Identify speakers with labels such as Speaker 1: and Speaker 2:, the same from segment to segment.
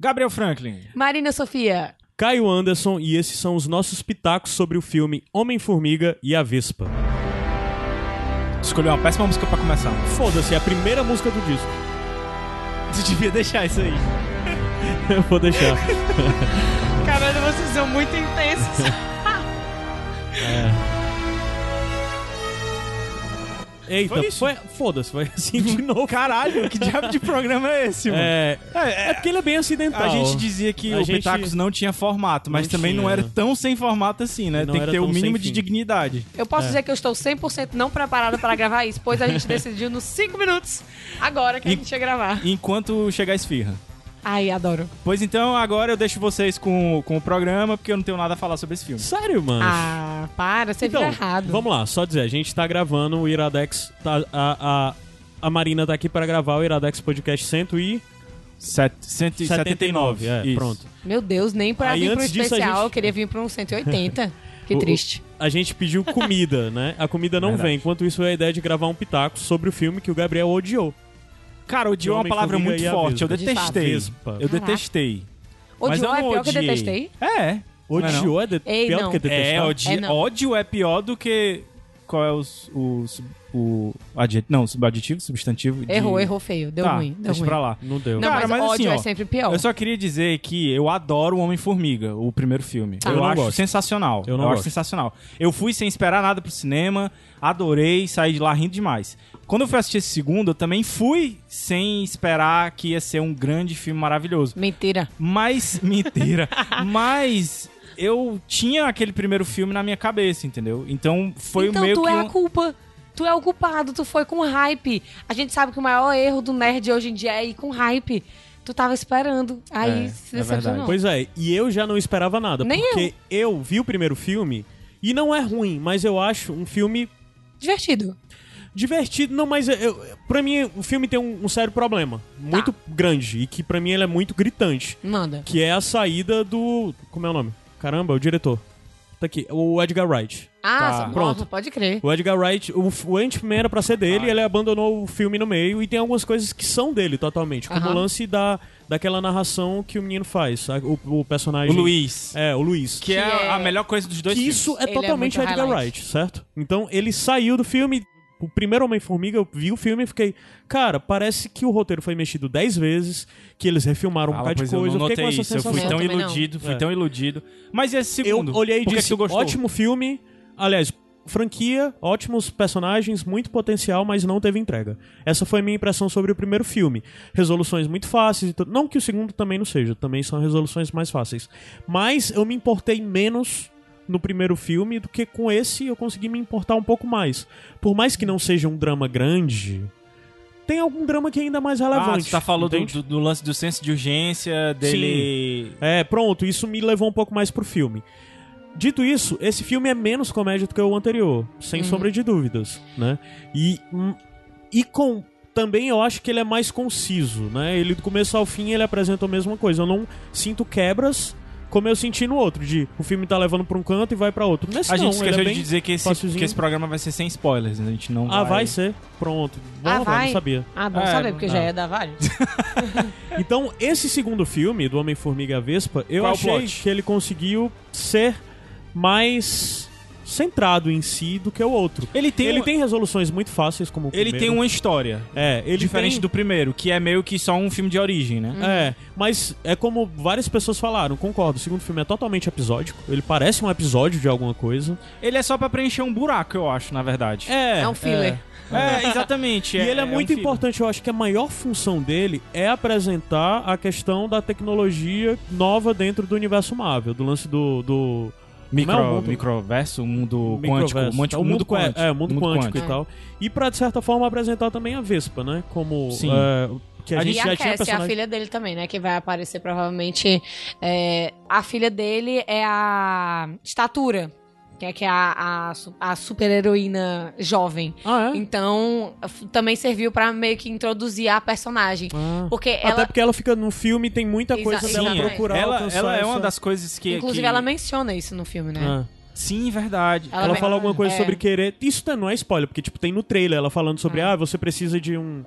Speaker 1: Gabriel Franklin.
Speaker 2: Marina Sofia.
Speaker 3: Caio Anderson e esses são os nossos pitacos sobre o filme Homem-Formiga e a Vespa.
Speaker 1: Escolheu uma péssima música pra começar.
Speaker 3: Foda-se, é a primeira música do disco.
Speaker 1: Você devia deixar isso aí.
Speaker 3: Eu vou deixar.
Speaker 4: Caralho, vocês são muito intensos.
Speaker 3: Eita,
Speaker 1: É. Foi
Speaker 3: foi,
Speaker 1: isso?
Speaker 3: foda-se, foi assim de novo.
Speaker 1: Caralho, que diabo de programa é esse, mano?
Speaker 3: É,
Speaker 1: É,
Speaker 3: é porque ele é bem acidental.
Speaker 1: A gente dizia que
Speaker 3: A
Speaker 1: o
Speaker 3: gente-
Speaker 1: Pitacos não tinha formato, mas
Speaker 3: Não
Speaker 1: também não
Speaker 3: tinha.
Speaker 1: era tão sem formato assim, né?
Speaker 3: Não
Speaker 1: Tem que
Speaker 3: era
Speaker 1: ter o
Speaker 3: tão sem
Speaker 1: mínimo de
Speaker 3: fim.
Speaker 1: dignidade.
Speaker 2: Eu posso dizer que eu estou 100% não preparada para gravar isso, pois a gente decidiu nos 5 minutos agora que a
Speaker 1: E-
Speaker 2: gente ia gravar.
Speaker 1: Enquanto chegar a esfirra.
Speaker 2: Ai, adoro.
Speaker 1: Pois então, agora eu deixo vocês com, com o programa, porque eu não tenho nada a falar sobre esse filme.
Speaker 3: Sério, mano?
Speaker 2: Ah, para, você
Speaker 1: Então,
Speaker 2: viu errado.
Speaker 3: Então, Vamos lá, só dizer, a gente tá gravando o Iradex. tá- a, a, a Marina tá aqui pra gravar o Iradex Podcast 179.
Speaker 1: Set, 179.
Speaker 3: É,
Speaker 1: Isso.
Speaker 3: pronto.
Speaker 2: Meu Deus, nem pra
Speaker 3: Aí,
Speaker 2: vir pra um
Speaker 3: antes disso, a
Speaker 2: especial,
Speaker 3: gente-
Speaker 2: eu queria vir pra um 180. Que
Speaker 3: O- o-
Speaker 2: triste.
Speaker 3: A gente pediu comida, né? A comida não
Speaker 1: Verdade.
Speaker 3: vem. Enquanto isso, a ideia de gravar um pitaco sobre o filme que o Gabriel odiou.
Speaker 1: Cara, odiou é uma palavra muito
Speaker 3: Homem-Formiga e a
Speaker 1: forte. Eu
Speaker 3: Vespa.
Speaker 2: De fato.
Speaker 1: detestei.
Speaker 3: Vespa.
Speaker 1: Eu
Speaker 2: Caraca.
Speaker 1: detestei. Mas um eu
Speaker 2: Odiou é
Speaker 1: não
Speaker 2: pior que eu
Speaker 1: odiei.
Speaker 2: detestei?
Speaker 1: É. Não é não?
Speaker 3: Odiou é de-
Speaker 2: Ei,
Speaker 3: pior
Speaker 2: não.
Speaker 3: do que tá? detestar.
Speaker 1: É, odi-
Speaker 2: É, não.
Speaker 1: ódio é pior do que. Qual é o. s- o, s- o adjet- não, sub- adjetivo, substantivo. de-
Speaker 2: Errou, errou feio. Deu
Speaker 1: tá,
Speaker 2: ruim, deu
Speaker 1: deixa
Speaker 2: ruim.
Speaker 1: pra lá.
Speaker 3: Não deu.
Speaker 2: Não,
Speaker 1: Cara,
Speaker 2: mas,
Speaker 1: mas assim,
Speaker 2: ódio é
Speaker 1: ó,
Speaker 2: sempre pior.
Speaker 1: Eu só queria dizer que eu adoro o Homem-Formiga, o primeiro filme.
Speaker 2: Tá.
Speaker 1: Eu,
Speaker 2: Eu não
Speaker 1: acho
Speaker 3: gosto.
Speaker 1: sensacional.
Speaker 3: Eu não
Speaker 1: acho
Speaker 3: gosto.
Speaker 1: sensacional. Eu fui sem esperar nada pro cinema, adorei, saí de lá rindo demais. Quando eu fui assistir esse segundo, eu também fui sem esperar que ia ser um grande filme maravilhoso.
Speaker 2: Mentira.
Speaker 1: Mas, mentira, mas eu tinha aquele primeiro filme na minha cabeça, entendeu? Então foi
Speaker 2: então
Speaker 1: meio
Speaker 2: tu
Speaker 1: que
Speaker 2: é
Speaker 1: um...
Speaker 2: a culpa. Tu é o culpado, tu foi com hype. A gente sabe que o maior erro do nerd hoje em dia é ir com hype. Tu tava esperando. Aí
Speaker 1: É,
Speaker 2: se
Speaker 1: é verdade.
Speaker 2: decepcionou.
Speaker 3: Pois é, e eu já não esperava nada.
Speaker 2: Nem
Speaker 3: porque eu. vi o primeiro filme e não é ruim, mas eu acho um filme
Speaker 2: Divertido.
Speaker 3: divertido. Não, mas eu- eu, pra mim o filme tem um, um sério
Speaker 1: Tá.
Speaker 3: problema. Muito grande. E que pra mim ele é muito gritante.
Speaker 2: Manda.
Speaker 3: Que é a saída do. Como é o nome? Caramba, o diretor. Tá aqui, o Edgar Wright.
Speaker 2: Ah,
Speaker 1: Tá.
Speaker 2: nossa,
Speaker 3: Pronto.
Speaker 2: pode crer.
Speaker 3: O Edgar Wright, o, f- o Ant-Man era pra ser dele,
Speaker 1: Tá.
Speaker 3: ele abandonou o filme no meio e tem algumas coisas que são dele totalmente. Como
Speaker 2: Aham.
Speaker 3: o lance da, daquela narração que o menino faz, sabe? o, o
Speaker 1: O
Speaker 3: personagem.
Speaker 1: Luiz.
Speaker 3: É, o Luiz.
Speaker 1: Que, é,
Speaker 2: é-
Speaker 1: a melhor coisa dos dois
Speaker 3: que
Speaker 1: filmes.
Speaker 3: isso é
Speaker 2: Ele é
Speaker 3: totalmente
Speaker 2: muito
Speaker 3: Edgar
Speaker 2: highlight.
Speaker 3: Wright, certo? Então ele saiu do filme. O primeiro Homem-Formiga, eu vi o filme e fiquei. Cara, parece que o roteiro foi mexido 10 vezes, que eles refilmaram um
Speaker 1: Fala,
Speaker 3: bocado de
Speaker 1: pois eu
Speaker 3: coisa.
Speaker 1: não
Speaker 3: fiquei
Speaker 1: notei
Speaker 3: com essa
Speaker 1: isso. Eu
Speaker 3: sensação.
Speaker 1: fui tão
Speaker 2: Eu também não.
Speaker 1: iludido, fui
Speaker 3: É.
Speaker 1: tão iludido. Mas esse
Speaker 3: Eu
Speaker 1: segundo,
Speaker 3: olhei e
Speaker 1: por que
Speaker 3: disse,
Speaker 1: que tu gostou?
Speaker 3: ótimo filme. Aliás, franquia, ótimos personagens, muito potencial, mas não teve entrega. Essa foi a minha impressão sobre o primeiro filme. Resoluções muito fáceis. e tudo. Não que o segundo também não seja, também são resoluções mais fáceis. Mas eu me importei menos no primeiro filme do que com esse eu consegui me importar um pouco mais. Por mais que não seja um drama grande, tem algum drama que é ainda mais
Speaker 1: Ah,
Speaker 3: relevante.
Speaker 1: tu tá falando do,
Speaker 3: entende?
Speaker 1: do- do lance do senso de urgência, dele...
Speaker 3: É, pronto, isso me levou um pouco mais pro filme. Dito isso, esse filme é menos comédia do que o anterior, sem
Speaker 1: Uhum.
Speaker 3: sombra de dúvidas, né? E, hum, e com também eu acho que ele é mais conciso, né? Ele do começo ao fim ele apresenta a mesma coisa. Eu não sinto quebras como eu senti no outro, de o filme tá levando pra um canto e vai pra outro. Nesse
Speaker 1: A
Speaker 3: não,
Speaker 1: gente
Speaker 3: ele é
Speaker 1: esqueceu
Speaker 3: bem...
Speaker 1: de dizer que esse,
Speaker 3: facilzinho.
Speaker 1: que esse programa vai ser sem spoilers, né? A gente não
Speaker 3: Ah, vai ser. Pronto. Bom,
Speaker 2: Ah,
Speaker 3: eu
Speaker 2: vai?
Speaker 3: não sabia.
Speaker 2: Ah, bom
Speaker 1: É,
Speaker 2: saber, porque
Speaker 1: não.
Speaker 2: já é da Vale.
Speaker 3: Então, esse segundo filme, do Homem-Formiga e a Vespa, eu
Speaker 1: Qual o
Speaker 3: achei
Speaker 1: plot?
Speaker 3: que ele conseguiu ser mais centrado em si do que o outro.
Speaker 1: Ele tem,
Speaker 3: ele
Speaker 1: um-
Speaker 3: tem resoluções muito fáceis, como o
Speaker 1: ele tem
Speaker 3: primeiro.
Speaker 1: uma história.
Speaker 3: É, ele
Speaker 1: diferente
Speaker 3: tem-
Speaker 1: do primeiro, que é meio que só um filme de origem, né?
Speaker 3: É, mas é como várias pessoas falaram, concordo, o segundo filme é totalmente episódico, ele parece um episódio de alguma coisa.
Speaker 1: Ele é só pra preencher um buraco, eu acho, na verdade.
Speaker 3: É,
Speaker 2: É, um filler.
Speaker 1: É, exatamente.
Speaker 3: E ele é, muito
Speaker 1: um filme.
Speaker 3: importante, eu acho que a maior função dele é apresentar a questão da tecnologia nova dentro do universo Marvel, do lance do- do
Speaker 1: Micro,
Speaker 3: Não é o mundo-
Speaker 1: um microverso, mundo quântico,
Speaker 3: Microverso. tá?
Speaker 1: mundo,
Speaker 3: o mundo, quan-
Speaker 1: quântico.
Speaker 3: É, mundo, quântico,
Speaker 2: quântico.
Speaker 3: e tal. E pra, de certa forma, apresentar também a Vespa, né? Como.
Speaker 1: Sim.
Speaker 3: é, que a,
Speaker 1: A
Speaker 3: gente
Speaker 2: E
Speaker 3: já
Speaker 2: a
Speaker 3: tinha
Speaker 2: Cassie é a
Speaker 3: personagem.
Speaker 2: filha dele também, né? Que vai aparecer provavelmente. é, a filha dele é a Estatura, que é, que é a, a, su- a super heroína jovem.
Speaker 3: Ah, é?
Speaker 2: Então, f- também serviu pra meio que introduzir a personagem.
Speaker 3: Ah.
Speaker 2: Porque
Speaker 3: Até
Speaker 2: ela.
Speaker 3: porque ela fica no filme e tem muita
Speaker 2: Exa-
Speaker 3: coisa dela
Speaker 2: exatamente.
Speaker 3: procurar.
Speaker 1: Ela,
Speaker 3: alcançar
Speaker 1: ela é uma
Speaker 3: essa-
Speaker 1: das coisas que.
Speaker 2: Inclusive,
Speaker 1: que-
Speaker 2: ela menciona isso no filme, né?
Speaker 3: Ah.
Speaker 1: Sim, verdade.
Speaker 2: Ela
Speaker 3: Ela,
Speaker 2: me-
Speaker 3: fala alguma coisa
Speaker 2: é. Hum.
Speaker 3: sobre querer. Isso tá- não é spoiler, porque tipo, tem no trailer ela falando sobre, ah, você precisa de um.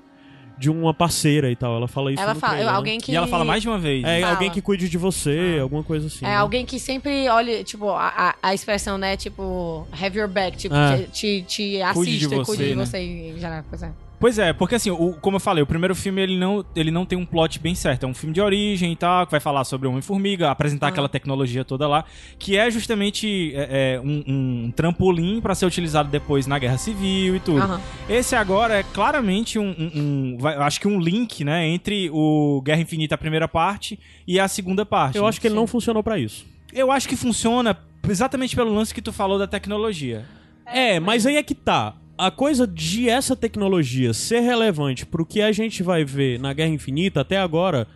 Speaker 3: de uma parceira e tal. Ela fala isso
Speaker 2: Ela
Speaker 3: no
Speaker 2: fala,
Speaker 3: trailer, né?
Speaker 2: alguém que.
Speaker 1: E ela fala mais de uma vez.
Speaker 3: É,
Speaker 1: né?
Speaker 2: Fala.
Speaker 3: alguém que cuide de você, alguma coisa assim.
Speaker 2: É
Speaker 3: né?
Speaker 2: alguém que sempre olha, tipo, a, a- a expressão, né? Tipo, have your back, tipo,
Speaker 3: É.
Speaker 2: te, te, te
Speaker 1: Cuide de
Speaker 2: assista,
Speaker 1: você,
Speaker 2: cuide de
Speaker 1: né?
Speaker 2: você. em geral, pois é.
Speaker 1: Pois é, porque assim, o- como eu falei, o primeiro filme ele não, ele não tem um plot bem certo. É um filme de origem e tal, que vai falar sobre Homem-Formiga, apresentar aquela tecnologia toda lá, que é justamente é, é, um, um trampolim pra ser utilizado depois na Guerra Civil e tudo.
Speaker 2: Aham.
Speaker 1: Esse agora é claramente um, um- um- vai- acho que um link, né, entre o Guerra Infinita, a primeira parte, e a segunda parte.
Speaker 3: Eu
Speaker 1: né?
Speaker 3: acho que ele não funcionou pra isso.
Speaker 1: Eu acho que funciona exatamente pelo lance que tu falou da tecnologia.
Speaker 3: É, mas aí é que tá. A coisa de essa tecnologia ser relevante pro que a gente vai ver na Guerra Infinita até agora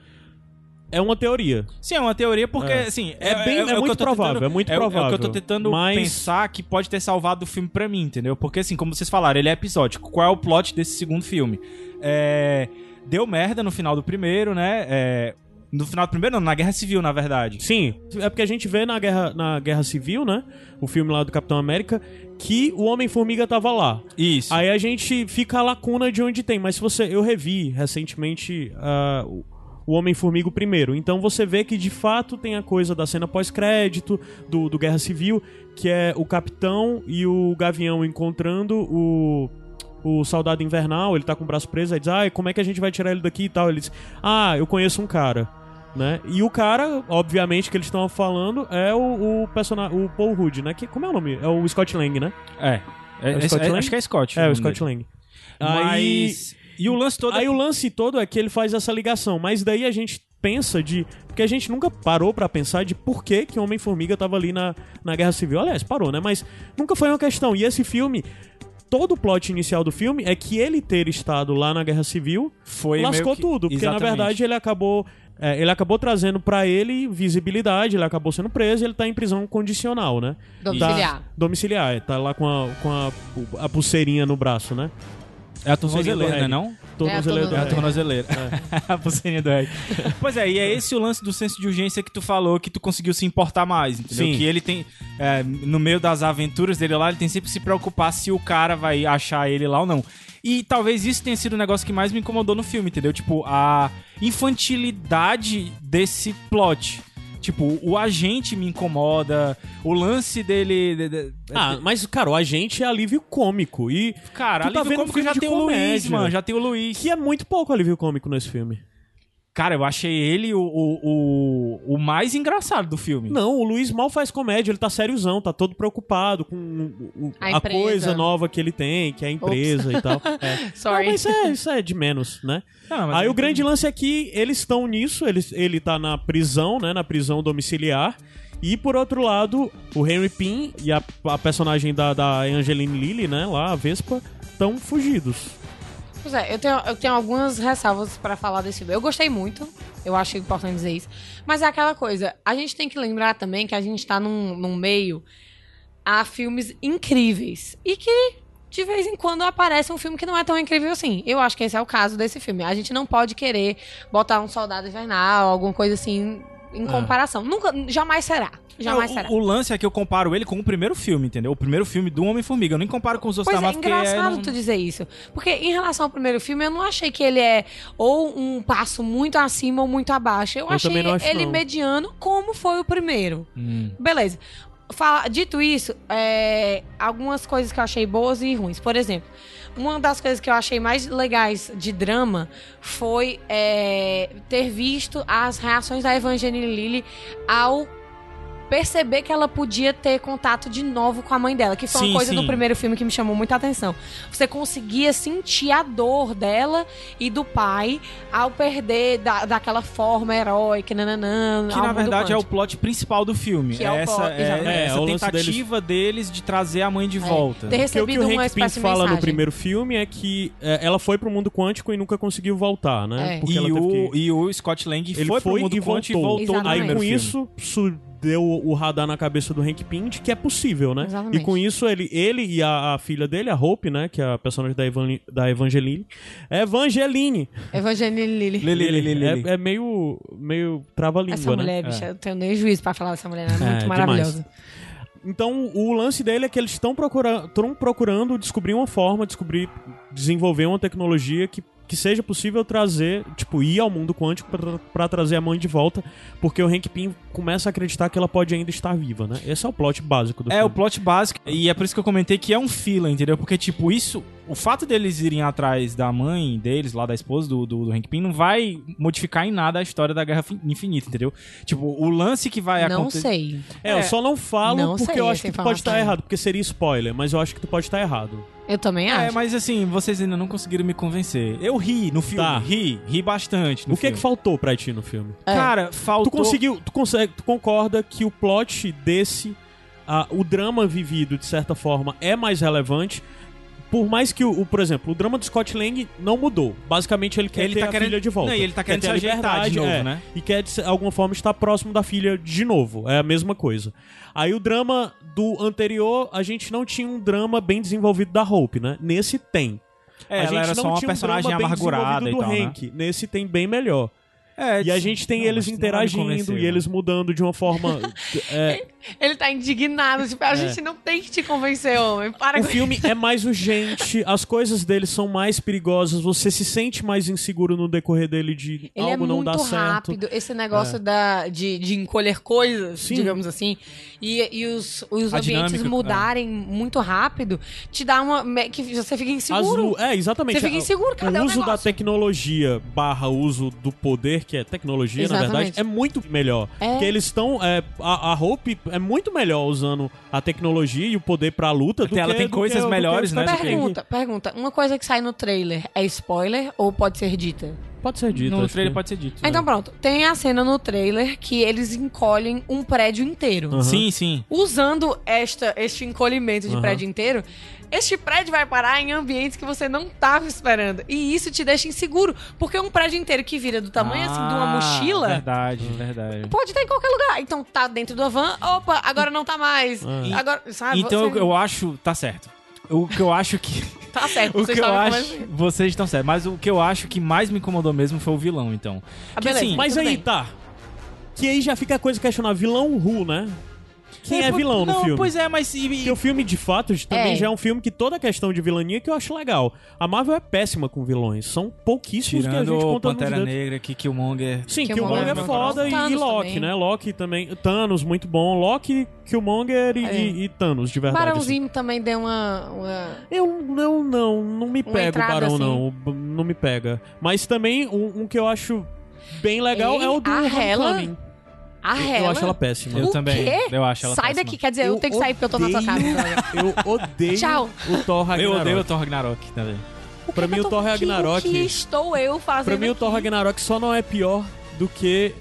Speaker 3: é uma teoria.
Speaker 1: Sim, é uma teoria porque,
Speaker 3: É.
Speaker 1: assim...
Speaker 3: É bem- é
Speaker 1: o que eu
Speaker 3: muito
Speaker 1: tô
Speaker 3: provável,
Speaker 1: tentando-
Speaker 3: é muito
Speaker 1: o- É o que eu
Speaker 3: provável.
Speaker 1: tô tentando
Speaker 3: Mas-
Speaker 1: pensar que pode ter salvado o filme pra mim, entendeu? Porque, assim, como vocês falaram, ele é episódico. Qual é o plot desse segundo filme? É, Deu merda no final do primeiro, né? É, No final do primeiro, não, na Guerra Civil, na verdade.
Speaker 3: Sim, é porque a gente vê na Guerra, na Guerra Civil, né? O filme lá do Capitão América, que o Homem-Formiga tava lá.
Speaker 1: Isso.
Speaker 3: Aí a gente fica a lacuna de onde tem. Mas se você. Eu revi recentemente ah, o- o Homem-Formiga o primeiro. Então você vê que de fato tem a coisa da cena pós-crédito, do, do Guerra Civil, que é o Capitão e o Gavião encontrando o. O soldado invernal, ele tá com o braço preso, aí diz, ah, como é que a gente vai tirar ele daqui e tal? Ele diz, ah, eu conheço um cara, né? E o cara, obviamente, que eles estão falando é o, o personagem, o Paul Rudd, né? Que, como é o nome? É o Scott Lang, né?
Speaker 1: É. É,
Speaker 3: o Scott
Speaker 1: é-
Speaker 3: Lang?
Speaker 1: acho que é Scott.
Speaker 3: É, o
Speaker 1: nome
Speaker 3: Scott
Speaker 1: dele.
Speaker 3: Lang. Aí,
Speaker 1: Mas... E o lance todo... é
Speaker 3: aí o lance todo é que ele faz essa ligação, mas daí a gente pensa de. Porque a gente nunca parou pra pensar de por que que Homem-Formiga tava ali na, na Guerra Civil. Aliás, parou, né? Mas nunca foi uma questão. E esse filme, todo o plot inicial do filme é que ele ter estado lá na Guerra Civil
Speaker 1: foi meio
Speaker 3: lascou
Speaker 1: que-
Speaker 3: tudo, porque na
Speaker 1: Exatamente.
Speaker 3: verdade ele acabou é, ele acabou trazendo pra ele visibilidade, ele acabou sendo preso, ele tá em prisão condicional, né?
Speaker 2: Domiciliar.
Speaker 3: Tá, domiciliar, é, tá lá com a, com a, a pulseirinha no braço, né?
Speaker 1: É a tornozeleira, né, não?
Speaker 3: Tornozeleira do
Speaker 1: É a
Speaker 2: tornozeleira.
Speaker 3: Eric.
Speaker 1: tornozeleira. É. a pulseirinha do Eric. Pois é, e é esse o lance do senso de urgência que tu falou, que tu conseguiu se importar mais, entendeu?
Speaker 3: Sim.
Speaker 1: Que ele tem, é, no meio das aventuras dele lá, ele tem sempre que se preocupar se o cara vai achar ele lá ou não. E talvez isso tenha sido o negócio que mais me incomodou no filme, entendeu? Tipo, a infantilidade desse plot. Tipo, o agente me incomoda, o lance dele... de- de-
Speaker 3: Ah, mas, cara, o agente é alívio cômico. E.
Speaker 1: cara,
Speaker 3: tu
Speaker 1: ali
Speaker 3: tá
Speaker 1: no
Speaker 3: vendo
Speaker 1: cômico
Speaker 3: filme
Speaker 1: já
Speaker 3: de
Speaker 1: tem o Luiz,
Speaker 3: comédia.
Speaker 1: mano, já tem o Luiz.
Speaker 3: Que é muito pouco alívio cômico nesse filme.
Speaker 1: Cara, eu achei ele o, o, o, o mais engraçado do filme.
Speaker 3: Não, o Luiz mal faz comédia, ele tá sériozão, tá todo preocupado com o- o-
Speaker 2: A
Speaker 3: a,
Speaker 2: empresa.
Speaker 3: coisa nova que ele tem, que é a empresa e tal. É.
Speaker 2: Sorry.
Speaker 3: Não, mas é, isso é de menos, né?
Speaker 1: Não, Ah, mas
Speaker 3: Aí
Speaker 1: ele-
Speaker 3: o grande lance é que eles estão nisso, eles, ele tá na prisão, né? Na prisão domiciliar. E por outro lado, o Henry Pym e a, a personagem da, da Angeline Lilly, né? Lá, a Vespa, estão fugidos.
Speaker 2: Pois é, eu tenho, eu tenho algumas ressalvas pra falar desse filme. Eu gostei muito, eu acho importante dizer isso. Mas é aquela coisa, a gente tem que lembrar também que a gente tá num, num meio a filmes incríveis. E que de vez em quando aparece um filme que não é tão incrível assim. Eu acho que esse é o caso desse filme. A gente não pode querer botar um soldado invernal, alguma coisa assim, em comparação. Nunca, jamais será. Jamais
Speaker 1: É. o,
Speaker 2: será.
Speaker 1: o lance é que eu comparo ele com o primeiro filme, entendeu? O primeiro filme do Homem-Formiga. Eu nem comparo com os outros
Speaker 3: tá,
Speaker 2: Pois
Speaker 1: da Marvel,
Speaker 2: é,
Speaker 1: porque
Speaker 2: engraçado
Speaker 1: não-
Speaker 2: tu dizer isso. Porque em relação ao primeiro filme, eu não achei que ele é ou um passo muito acima ou muito abaixo. Eu,
Speaker 3: Eu
Speaker 2: achei
Speaker 3: também não acho,
Speaker 2: ele
Speaker 3: não.
Speaker 2: mediano como foi o primeiro.
Speaker 1: Hum.
Speaker 2: Beleza. Fala- dito isso, é, algumas coisas que eu achei boas e ruins. Por exemplo, uma das coisas que eu achei mais legais de drama foi é, ter visto as reações da Evangeline Lilly ao perceber que ela podia ter contato de novo com a mãe dela, que foi
Speaker 1: Sim,
Speaker 2: uma coisa
Speaker 1: sim.
Speaker 2: do primeiro filme que me chamou muita atenção. Você conseguia sentir a dor dela e do pai ao perder da, daquela forma heróica, nananã,
Speaker 1: Que
Speaker 2: alma
Speaker 1: na
Speaker 2: do
Speaker 1: verdade é o
Speaker 2: Punch.
Speaker 1: plot principal do filme.
Speaker 2: um Que é o
Speaker 1: essa
Speaker 2: plot,
Speaker 1: é,
Speaker 2: exatamente. É.
Speaker 1: essa
Speaker 3: É, o lance
Speaker 1: tentativa deles... de trazer a mãe de volta.
Speaker 2: Ter
Speaker 3: Porque Tá. o que
Speaker 2: recebido
Speaker 3: o
Speaker 2: uma
Speaker 3: Hank Pym
Speaker 2: espécie de
Speaker 3: fala no
Speaker 2: mensagem.
Speaker 3: primeiro filme é que é, ela foi pro mundo quântico e nunca conseguiu voltar, né?
Speaker 2: É.
Speaker 3: Porque
Speaker 1: E
Speaker 3: ela teve
Speaker 1: o,
Speaker 3: que-
Speaker 1: e o Scott Lang
Speaker 3: Ele
Speaker 1: foi,
Speaker 3: foi,
Speaker 1: pro mundo
Speaker 3: e
Speaker 1: quântico
Speaker 3: voltou.
Speaker 1: e voltou no
Speaker 2: Exatamente.
Speaker 3: Aí
Speaker 1: primeiro
Speaker 3: com
Speaker 1: filme.
Speaker 3: isso su- deu o radar na cabeça do Hank Pym de que é possível, né?
Speaker 2: Exatamente.
Speaker 3: E com isso ele, ele e a, a filha dele, a Hope, né, que é a personagem da, Evan, da Evangeline, É Evangeline.
Speaker 2: Evangeline Lilly.
Speaker 1: Lili, Lili, Lili.
Speaker 3: É, é meio meio trava língua,
Speaker 2: Essa
Speaker 3: né?
Speaker 2: mulher, é bicha, eu tenho nem juízo pra falar dessa mulher, ela é,
Speaker 3: É,
Speaker 2: muito
Speaker 3: demais.
Speaker 2: maravilhosa.
Speaker 3: Então, o lance dele é que eles estão procura tão procurando descobrir uma forma, descobrir, desenvolver uma tecnologia que que seja possível trazer, tipo, ir ao mundo quântico pra- pra trazer a mãe de volta, porque o Hank Pym começa a acreditar que ela pode ainda estar viva, né? Esse é o plot básico do
Speaker 1: É, o
Speaker 3: filme.
Speaker 1: plot básico. E é por isso que eu comentei que é um fila, entendeu? Porque, tipo, isso. O fato deles irem atrás da mãe deles, lá da esposa do, do, do Hank Pym, não vai modificar em nada a história da Guerra Fin- Infinita, entendeu? Tipo, o lance que
Speaker 3: Ah,
Speaker 1: vai
Speaker 2: Não
Speaker 1: acontecer.
Speaker 2: sei.
Speaker 3: É, eu só não falo
Speaker 2: Não
Speaker 3: porque
Speaker 2: sei assim.
Speaker 3: eu acho
Speaker 2: essa
Speaker 3: que tu pode estar
Speaker 2: informação.
Speaker 3: errado, porque seria spoiler, mas eu acho que tu pode estar errado.
Speaker 2: Eu também
Speaker 1: É,
Speaker 2: acho.
Speaker 1: mas assim, vocês ainda não conseguiram me convencer. Eu ri no filme.
Speaker 3: Tá.
Speaker 1: Ri, ri bastante. No
Speaker 3: o que é que
Speaker 1: filme.
Speaker 3: faltou pra ti no filme?
Speaker 2: É.
Speaker 1: Cara, faltou.
Speaker 3: Tu conseguiu, tu consegue, tu concorda que o plot desse, ah, o drama vivido de certa forma é mais relevante? Por mais que o, o- por exemplo, o drama do Scott Lang não mudou. Basicamente ele quer
Speaker 1: Ele
Speaker 3: ter
Speaker 1: tá
Speaker 3: a
Speaker 1: querendo-
Speaker 3: filha de volta.
Speaker 1: Não, e ele tá
Speaker 3: Quer
Speaker 1: querendo
Speaker 3: ter
Speaker 1: se
Speaker 3: a
Speaker 1: ajeitar de
Speaker 3: liberdade,
Speaker 1: novo,
Speaker 3: é.
Speaker 1: né?
Speaker 3: E quer de alguma forma estar próximo da filha de novo. É a mesma coisa. Aí o drama do anterior, a gente não tinha um drama bem desenvolvido da Hope, né? Nesse tem.
Speaker 1: É,
Speaker 3: a
Speaker 1: ela
Speaker 3: gente
Speaker 1: era
Speaker 3: não
Speaker 1: só uma
Speaker 3: tinha um drama
Speaker 1: personagem
Speaker 3: bem
Speaker 1: amargurada e
Speaker 3: desenvolvido
Speaker 1: tal.
Speaker 3: do
Speaker 1: né?
Speaker 3: Hank. Nesse tem bem melhor.
Speaker 1: É,
Speaker 3: E a gente tem
Speaker 1: não, mas
Speaker 3: eles
Speaker 1: não me
Speaker 3: interagindo
Speaker 1: convenceu,
Speaker 3: e eles
Speaker 1: né?
Speaker 3: mudando de uma forma. é,
Speaker 2: Ele tá indignado. Tipo, a gente não tem que te convencer, homem. Para
Speaker 3: o
Speaker 2: com
Speaker 3: filme é mais urgente, as coisas dele são mais perigosas, você se sente mais inseguro no decorrer dele de
Speaker 2: Ele
Speaker 3: algo
Speaker 2: é
Speaker 3: não
Speaker 2: muito
Speaker 3: dar certo. É.
Speaker 2: rápido, esse negócio da, de, de encolher coisas,
Speaker 3: Sim. é.
Speaker 2: digamos assim, e, e os, os
Speaker 1: A
Speaker 2: ambientes
Speaker 1: dinâmica,
Speaker 2: mudarem muito rápido, te dá uma. me- que você fica
Speaker 3: As
Speaker 2: inseguro.
Speaker 3: lu- É, exatamente.
Speaker 2: Você fica inseguro, cadê
Speaker 3: o
Speaker 2: o
Speaker 3: uso da
Speaker 2: negócio?
Speaker 3: tecnologia barra uso do poder, que é tecnologia, na verdade,
Speaker 2: Exatamente.
Speaker 3: é muito melhor.
Speaker 2: É.
Speaker 3: Porque eles estão. é, a, a Hope é muito melhor usando a tecnologia e o poder pra luta do
Speaker 1: Até ela
Speaker 3: que-
Speaker 1: tem
Speaker 3: do
Speaker 1: coisas
Speaker 3: que- do que
Speaker 1: melhores,
Speaker 3: os
Speaker 1: né, do que-
Speaker 3: Tolkien.
Speaker 2: Pergunta, pergunta. Uma coisa que sai no trailer é spoiler ou pode ser dita?
Speaker 3: Pode ser dito.
Speaker 1: No
Speaker 3: acho
Speaker 1: trailer
Speaker 3: que-
Speaker 1: pode ser dito. né?
Speaker 2: Então pronto, tem a cena no trailer que eles encolhem um prédio inteiro.
Speaker 3: Aham.
Speaker 1: Sim, sim.
Speaker 2: Usando esta, este encolhimento de
Speaker 1: Uhum.
Speaker 3: Aham.
Speaker 2: prédio inteiro, este prédio vai parar em ambientes que você não estava esperando. E isso te deixa inseguro, porque um prédio inteiro que vira do tamanho assim de uma
Speaker 1: Ah,
Speaker 2: mochila.
Speaker 1: Verdade,
Speaker 3: Hum.
Speaker 1: verdade.
Speaker 2: Pode estar em qualquer lugar. Então tá dentro da van, opa, agora não tá mais.
Speaker 3: Ah.
Speaker 2: Agora, sabe?
Speaker 1: Então
Speaker 2: você-
Speaker 1: eu, eu acho. Tá certo. O que eu acho que.
Speaker 2: Tá certo,
Speaker 1: o
Speaker 2: vocês
Speaker 1: que eu
Speaker 2: estavam
Speaker 1: acho.
Speaker 2: conversando.
Speaker 1: Vocês estão certos. Mas o que eu acho que mais me incomodou mesmo foi o vilão, então.
Speaker 2: Ah,
Speaker 1: Que,
Speaker 2: beleza,
Speaker 1: assim,
Speaker 3: Mas
Speaker 2: Tudo
Speaker 3: aí
Speaker 2: bem.
Speaker 3: tá. Que aí já fica a coisa questionável. Vilão Who, né? Quem é,
Speaker 1: pô,
Speaker 3: vilão no
Speaker 1: não,
Speaker 3: filme?
Speaker 1: Pois é, mas. e-
Speaker 3: Porque o filme, de fato, de- também
Speaker 2: É.
Speaker 3: já é um filme que toda a questão de vilania que eu acho legal. A Marvel é péssima com vilões. São pouquíssimos que a gente
Speaker 1: Tirando
Speaker 3: conta nos
Speaker 1: Pantera
Speaker 3: dedos.
Speaker 1: Negra, que Killmonger.
Speaker 3: Sim,
Speaker 2: Killmonger
Speaker 3: Killmonger é
Speaker 2: é bom.
Speaker 3: foda e, e
Speaker 2: Thanos
Speaker 3: Loki,
Speaker 2: também.
Speaker 3: né? Loki também. Thanos, muito bom. Loki, Killmonger e,
Speaker 2: É.
Speaker 3: e- e Thanos, de verdade. assim.
Speaker 2: Barãozinho também deu uma. uma-
Speaker 3: Eu não, não, não me
Speaker 2: Uma
Speaker 3: pega o
Speaker 2: entrada,
Speaker 3: Barão,
Speaker 2: assim.
Speaker 3: não. B- Não me pega. Mas também um, um que eu acho bem legal
Speaker 2: Ei,
Speaker 3: é o do
Speaker 2: a Hela?
Speaker 3: Homecoming.
Speaker 2: A
Speaker 3: Eu-
Speaker 2: Hela.
Speaker 3: Eu acho ela péssima.
Speaker 1: Eu
Speaker 2: O
Speaker 1: também.
Speaker 2: quê?
Speaker 1: Eu acho ela
Speaker 2: Sai
Speaker 1: péssima.
Speaker 2: daqui, quer dizer, eu, tenho que sair porque eu tô na tua casa.
Speaker 3: odeio- Eu odeio
Speaker 2: Tchau.
Speaker 3: o Thor
Speaker 2: é
Speaker 1: Eu
Speaker 3: Ragnarok.
Speaker 1: odeio o Thor Ragnarok também.
Speaker 3: Pra mim, o Thor Ragnarok.
Speaker 2: O que estou eu fazendo?
Speaker 3: Pra mim, o Thor Ragnarok só não é pior do que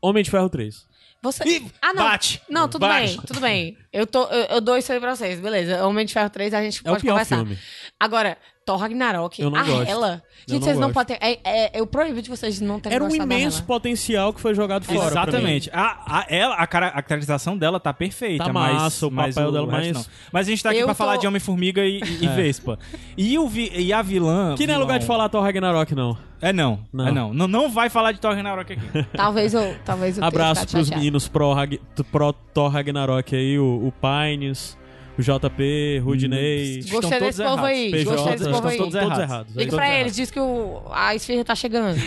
Speaker 3: Homem de Ferro 3.
Speaker 2: Você...
Speaker 1: Ih,
Speaker 2: Ah, não.
Speaker 1: bate.
Speaker 2: Não, tudo
Speaker 1: Bate.
Speaker 2: bem, tudo bem. Eu, tô, eu, eu dou isso aí pra vocês, beleza. Homem de Ferro 3, a gente
Speaker 3: É o
Speaker 2: pode
Speaker 3: pior
Speaker 2: conversar.
Speaker 3: filme.
Speaker 2: Agora, Thor Ragnarok,
Speaker 3: Eu não
Speaker 2: a
Speaker 3: gosto.
Speaker 2: Hela. Gente,
Speaker 3: Eu não
Speaker 2: vocês não
Speaker 3: gosto.
Speaker 2: podem. É, é, eu proíbo de vocês de não terem
Speaker 3: Era um
Speaker 2: gostado da
Speaker 3: imenso
Speaker 2: Hela.
Speaker 3: potencial que foi jogado fora. pra mim.
Speaker 1: Exatamente. A, a, ela, a, cara- a caracterização dela tá perfeita,
Speaker 3: Tá
Speaker 1: mas,
Speaker 3: massa, o
Speaker 1: mas
Speaker 3: papel dela,
Speaker 1: resto
Speaker 3: mas-
Speaker 1: não. Mas a gente tá aqui
Speaker 2: Eu
Speaker 1: pra
Speaker 2: tô-
Speaker 1: falar de Homem-Formiga e, e- e Vespa. E, o vi- e a vilã.
Speaker 3: Que não é
Speaker 1: vilão-
Speaker 3: lugar de falar Thor Ragnarok, não.
Speaker 1: É não.
Speaker 3: Não.
Speaker 1: É não. Não, não vai falar de Thor Ragnarok aqui.
Speaker 2: Talvez eu. Talvez eu tenha
Speaker 3: Abraço
Speaker 2: ficado
Speaker 3: pros
Speaker 2: chateada.
Speaker 3: meninos pro, Rag- pro Thor Ragnarok aí, o, o Pines, o JP, Rudinei.
Speaker 1: Hum,
Speaker 2: Gostei
Speaker 1: Estão
Speaker 2: desse
Speaker 1: todos
Speaker 2: povo aí,
Speaker 1: errados.
Speaker 2: PJ, gostei desse
Speaker 3: estão
Speaker 2: povo aí.
Speaker 3: todos errados.
Speaker 1: Todos errados.
Speaker 3: errados.
Speaker 2: Liga
Speaker 3: Todos
Speaker 2: pra
Speaker 3: errados.
Speaker 2: eles, diz que o, a esfirra tá chegando.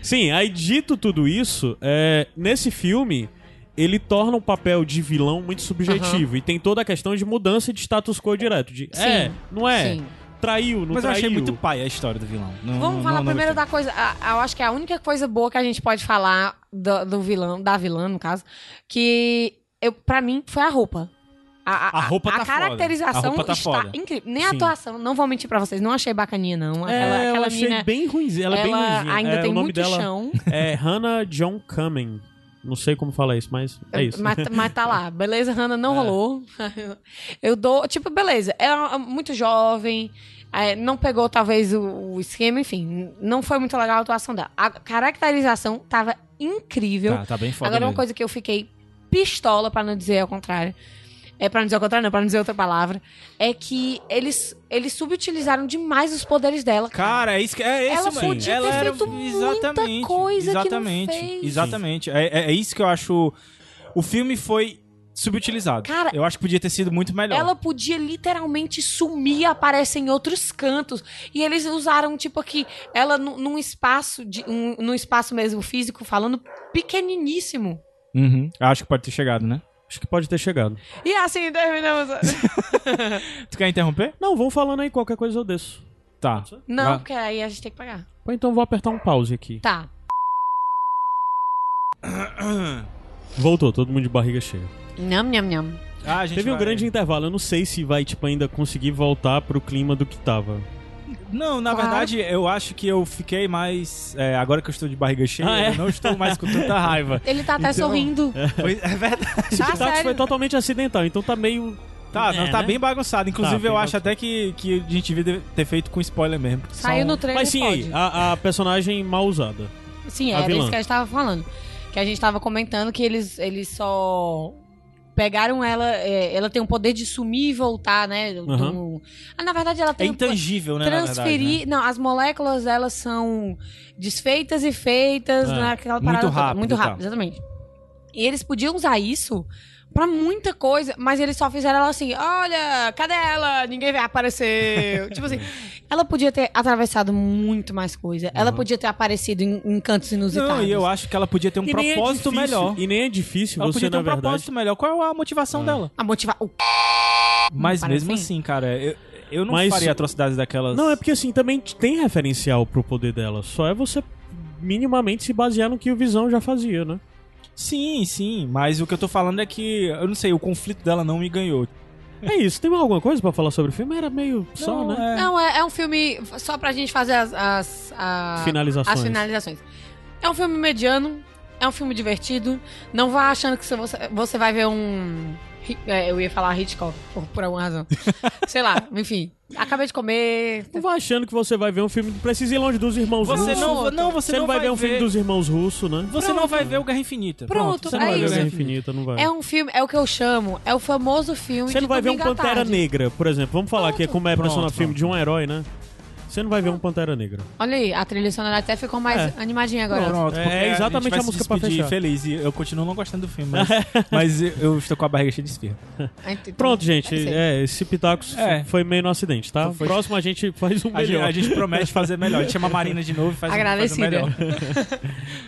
Speaker 3: Sim, aí dito tudo isso, é, nesse filme ele torna o papel de vilão muito subjetivo e tem toda a questão de mudança de status quo direto. De,
Speaker 2: Sim.
Speaker 3: É, não é,
Speaker 2: Sim.
Speaker 3: traiu, não
Speaker 1: Mas eu
Speaker 3: traiu.
Speaker 1: achei muito pai a história do vilão. Não-
Speaker 2: Vamos
Speaker 1: não-
Speaker 2: falar
Speaker 1: não
Speaker 2: primeiro
Speaker 1: gostei.
Speaker 2: da coisa. a- a- eu acho que é a única coisa boa que a gente pode falar do, do vilão, da vilã, no caso, que eu, pra mim foi a roupa. A,
Speaker 1: A roupa tá
Speaker 2: A
Speaker 1: foda.
Speaker 2: caracterização
Speaker 1: A roupa tá
Speaker 2: está
Speaker 1: foda.
Speaker 2: incrível. Nem a
Speaker 1: Sim.
Speaker 2: atuação, não vou mentir pra vocês, não achei bacaninha, não. Aquela,
Speaker 3: É, eu
Speaker 2: aquela
Speaker 3: achei
Speaker 2: mina.
Speaker 3: bem ruimzinha. Ela,
Speaker 2: Ela,
Speaker 3: é bem ruimzinha.
Speaker 2: ainda
Speaker 3: É,
Speaker 2: tem
Speaker 3: o nome
Speaker 2: muito
Speaker 3: dela
Speaker 2: chão,
Speaker 3: É Hannah John Kamen. Não sei como falar isso, mas é isso.
Speaker 2: mas, mas tá lá. Beleza, Hannah não
Speaker 1: É.
Speaker 2: rolou. Eu dou. Tipo, beleza. Ela é muito jovem, é, não pegou talvez o, o esquema, enfim. Não foi muito legal a atuação dela. A caracterização tava incrível.
Speaker 1: Tá, tá bem foda.
Speaker 2: Agora, uma
Speaker 1: mesmo.
Speaker 2: coisa que eu fiquei pistola, pra não dizer ao contrário. É, pra não dizer ao contrário, não, pra não dizer outra palavra. É que eles, eles subutilizaram demais os poderes dela.
Speaker 1: Cara, é isso que é isso,
Speaker 2: Ela
Speaker 1: mano.
Speaker 2: podia ter
Speaker 1: ela era
Speaker 2: feito muita
Speaker 1: exatamente,
Speaker 2: coisa que não
Speaker 1: exatamente,
Speaker 2: fez.
Speaker 1: exatamente. É, é- é isso que eu acho. O filme foi subutilizado.
Speaker 2: Cara,
Speaker 1: eu acho que podia ter sido muito melhor.
Speaker 2: Ela podia literalmente sumir, aparecer em outros cantos. E eles usaram, tipo, aqui, ela nu- num espaço, de, um, num espaço mesmo físico, falando pequeniníssimo.
Speaker 1: Uhum. Eu acho que pode ter chegado, né?
Speaker 3: Acho que pode ter chegado.
Speaker 2: E assim, terminamos. a-
Speaker 1: Tu quer interromper?
Speaker 3: Não, vão falando aí, qualquer coisa eu desço.
Speaker 1: Tá.
Speaker 2: Não,
Speaker 1: Vai.
Speaker 2: porque aí a gente tem que pagar.
Speaker 3: Ou então vou apertar um pause aqui.
Speaker 2: Tá.
Speaker 1: Ah,
Speaker 3: Voltou, todo mundo de barriga cheia.
Speaker 2: Nham, nham, nham.
Speaker 1: Ah, a gente
Speaker 3: Teve um
Speaker 1: vai-
Speaker 3: grande intervalo, eu não sei se vai, tipo, ainda conseguir voltar pro clima do que tava.
Speaker 1: Não, na
Speaker 2: Claro.
Speaker 1: verdade, eu acho que eu fiquei mais. é, agora que eu estou de barriga cheia,
Speaker 3: Ah, é?
Speaker 1: eu não estou mais com tanta raiva.
Speaker 2: Ele tá até
Speaker 1: Então-
Speaker 2: sorrindo.
Speaker 1: Pois- é verdade.
Speaker 2: Tá,
Speaker 3: Tá, que
Speaker 2: sério.
Speaker 3: foi totalmente acidental, então tá meio.
Speaker 1: Tá, não,
Speaker 3: É,
Speaker 1: tá
Speaker 3: né?
Speaker 1: bem bagunçado. Inclusive,
Speaker 3: Tá, bem
Speaker 1: eu acho até que, que a gente devia ter feito com spoiler mesmo. porque
Speaker 2: Saiu
Speaker 1: são-
Speaker 2: no trailer.
Speaker 3: um- Mas sim,
Speaker 2: pode.
Speaker 3: aí, a, a personagem mal usada.
Speaker 2: Sim,
Speaker 3: A
Speaker 2: era
Speaker 3: vilã.
Speaker 2: isso que a gente tava falando. Que a gente tava comentando que eles, eles só pegaram ela. é, ela tem o poder de sumir e voltar, né? do-
Speaker 3: Aham.
Speaker 2: Ah, na verdade, ela
Speaker 1: É
Speaker 2: tem o po-
Speaker 1: intangível, né? na verdade,
Speaker 2: transferir. Não, as moléculas elas são desfeitas e feitas
Speaker 3: É,
Speaker 2: naquela
Speaker 1: muito
Speaker 2: parada. toda.
Speaker 1: rápido então.
Speaker 2: muito
Speaker 1: e tal.
Speaker 2: rápido, exatamente. E eles podiam usar isso pra muita coisa, mas eles só fizeram ela assim: olha, cadê ela? Ninguém apareceu. tipo assim, ela podia ter atravessado muito mais coisa. Ela podia ter aparecido em, em cantos
Speaker 1: né?
Speaker 2: inusitados.
Speaker 1: Não, e eu acho que ela podia ter um
Speaker 3: E nem é
Speaker 1: propósito
Speaker 3: difícil-
Speaker 1: melhor.
Speaker 3: E nem é difícil
Speaker 1: Ela
Speaker 3: você,
Speaker 1: podia ter
Speaker 3: na
Speaker 1: um
Speaker 3: verdade.
Speaker 1: propósito melhor. Qual é a motivação dela?
Speaker 2: A motivar. o-
Speaker 1: Mas
Speaker 2: Parece
Speaker 1: mesmo
Speaker 2: sim.
Speaker 1: assim, cara, eu, eu não
Speaker 3: Mas-
Speaker 1: faria atrocidades daquelas.
Speaker 3: Não, é porque assim, também t- tem referencial pro poder dela. Só é você minimamente se basear no que o Visão já fazia, né?
Speaker 1: Sim, sim. Mas o que eu tô falando é que, eu não sei, o conflito dela não me ganhou.
Speaker 3: É isso, tem alguma coisa pra falar sobre o filme? Era meio só,
Speaker 1: Não,
Speaker 3: né?
Speaker 1: é-
Speaker 2: Não, é, é um filme só pra gente fazer as, as, a-
Speaker 3: Finalizações.
Speaker 2: as finalizações. É um filme mediano, é um filme divertido. Não vá achando que você, você vai ver um. Hi- é, Eu ia falar Hitchcock, por, por alguma razão. Sei lá, enfim. Acabei de comer.
Speaker 3: Não vai achando que você vai ver um filme. Precisa ir longe dos irmãos
Speaker 1: é- Você
Speaker 3: russos.
Speaker 1: não, não, você,
Speaker 3: Você não, vai, ver um filme dos irmãos russos, né?
Speaker 1: Você não vai ver o Guerra Infinita.
Speaker 2: Pronto,
Speaker 3: Você não
Speaker 2: é
Speaker 3: vai ver
Speaker 2: isso.
Speaker 3: Guerra Infinita, não vai.
Speaker 2: É um filme, é o que eu chamo, é o famoso filme
Speaker 3: Você
Speaker 2: de
Speaker 3: não vai ver um
Speaker 2: domingo à
Speaker 3: Pantera
Speaker 2: tarde.
Speaker 3: Negra, por exemplo. Vamos falar que é como é
Speaker 1: Pronto,
Speaker 3: personagem filme
Speaker 1: pronto.
Speaker 3: de um herói, né? Você não vai ver um Pantera Negra.
Speaker 2: Olha aí, a trilha sonora até ficou mais animadinha agora.
Speaker 1: Pronto,
Speaker 3: É
Speaker 1: porque
Speaker 3: exatamente
Speaker 1: gente vai
Speaker 3: a música
Speaker 1: se
Speaker 3: pra
Speaker 1: despedir
Speaker 3: fechar.
Speaker 1: feliz e eu continuo não gostando do filme, mas, mas eu estou com a barriga cheia de espirro.
Speaker 2: Ah, então-
Speaker 3: Pronto, gente.
Speaker 2: Deve ser.
Speaker 3: É, esse Pitacos
Speaker 1: É.
Speaker 3: foi meio no acidente, tá? Próximo a gente faz um
Speaker 1: A gente,
Speaker 3: melhor.
Speaker 1: a gente promete fazer melhor. A gente chama a Marina de novo e faz, um- faz um
Speaker 2: Agradecida.
Speaker 1: melhor.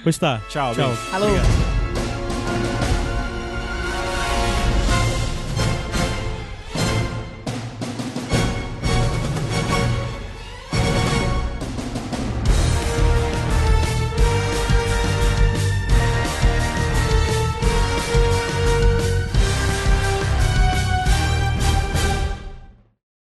Speaker 3: Pois tá.
Speaker 1: Tchau,
Speaker 3: Tchau.
Speaker 1: beijo.
Speaker 2: Alô?
Speaker 1: Obrigado.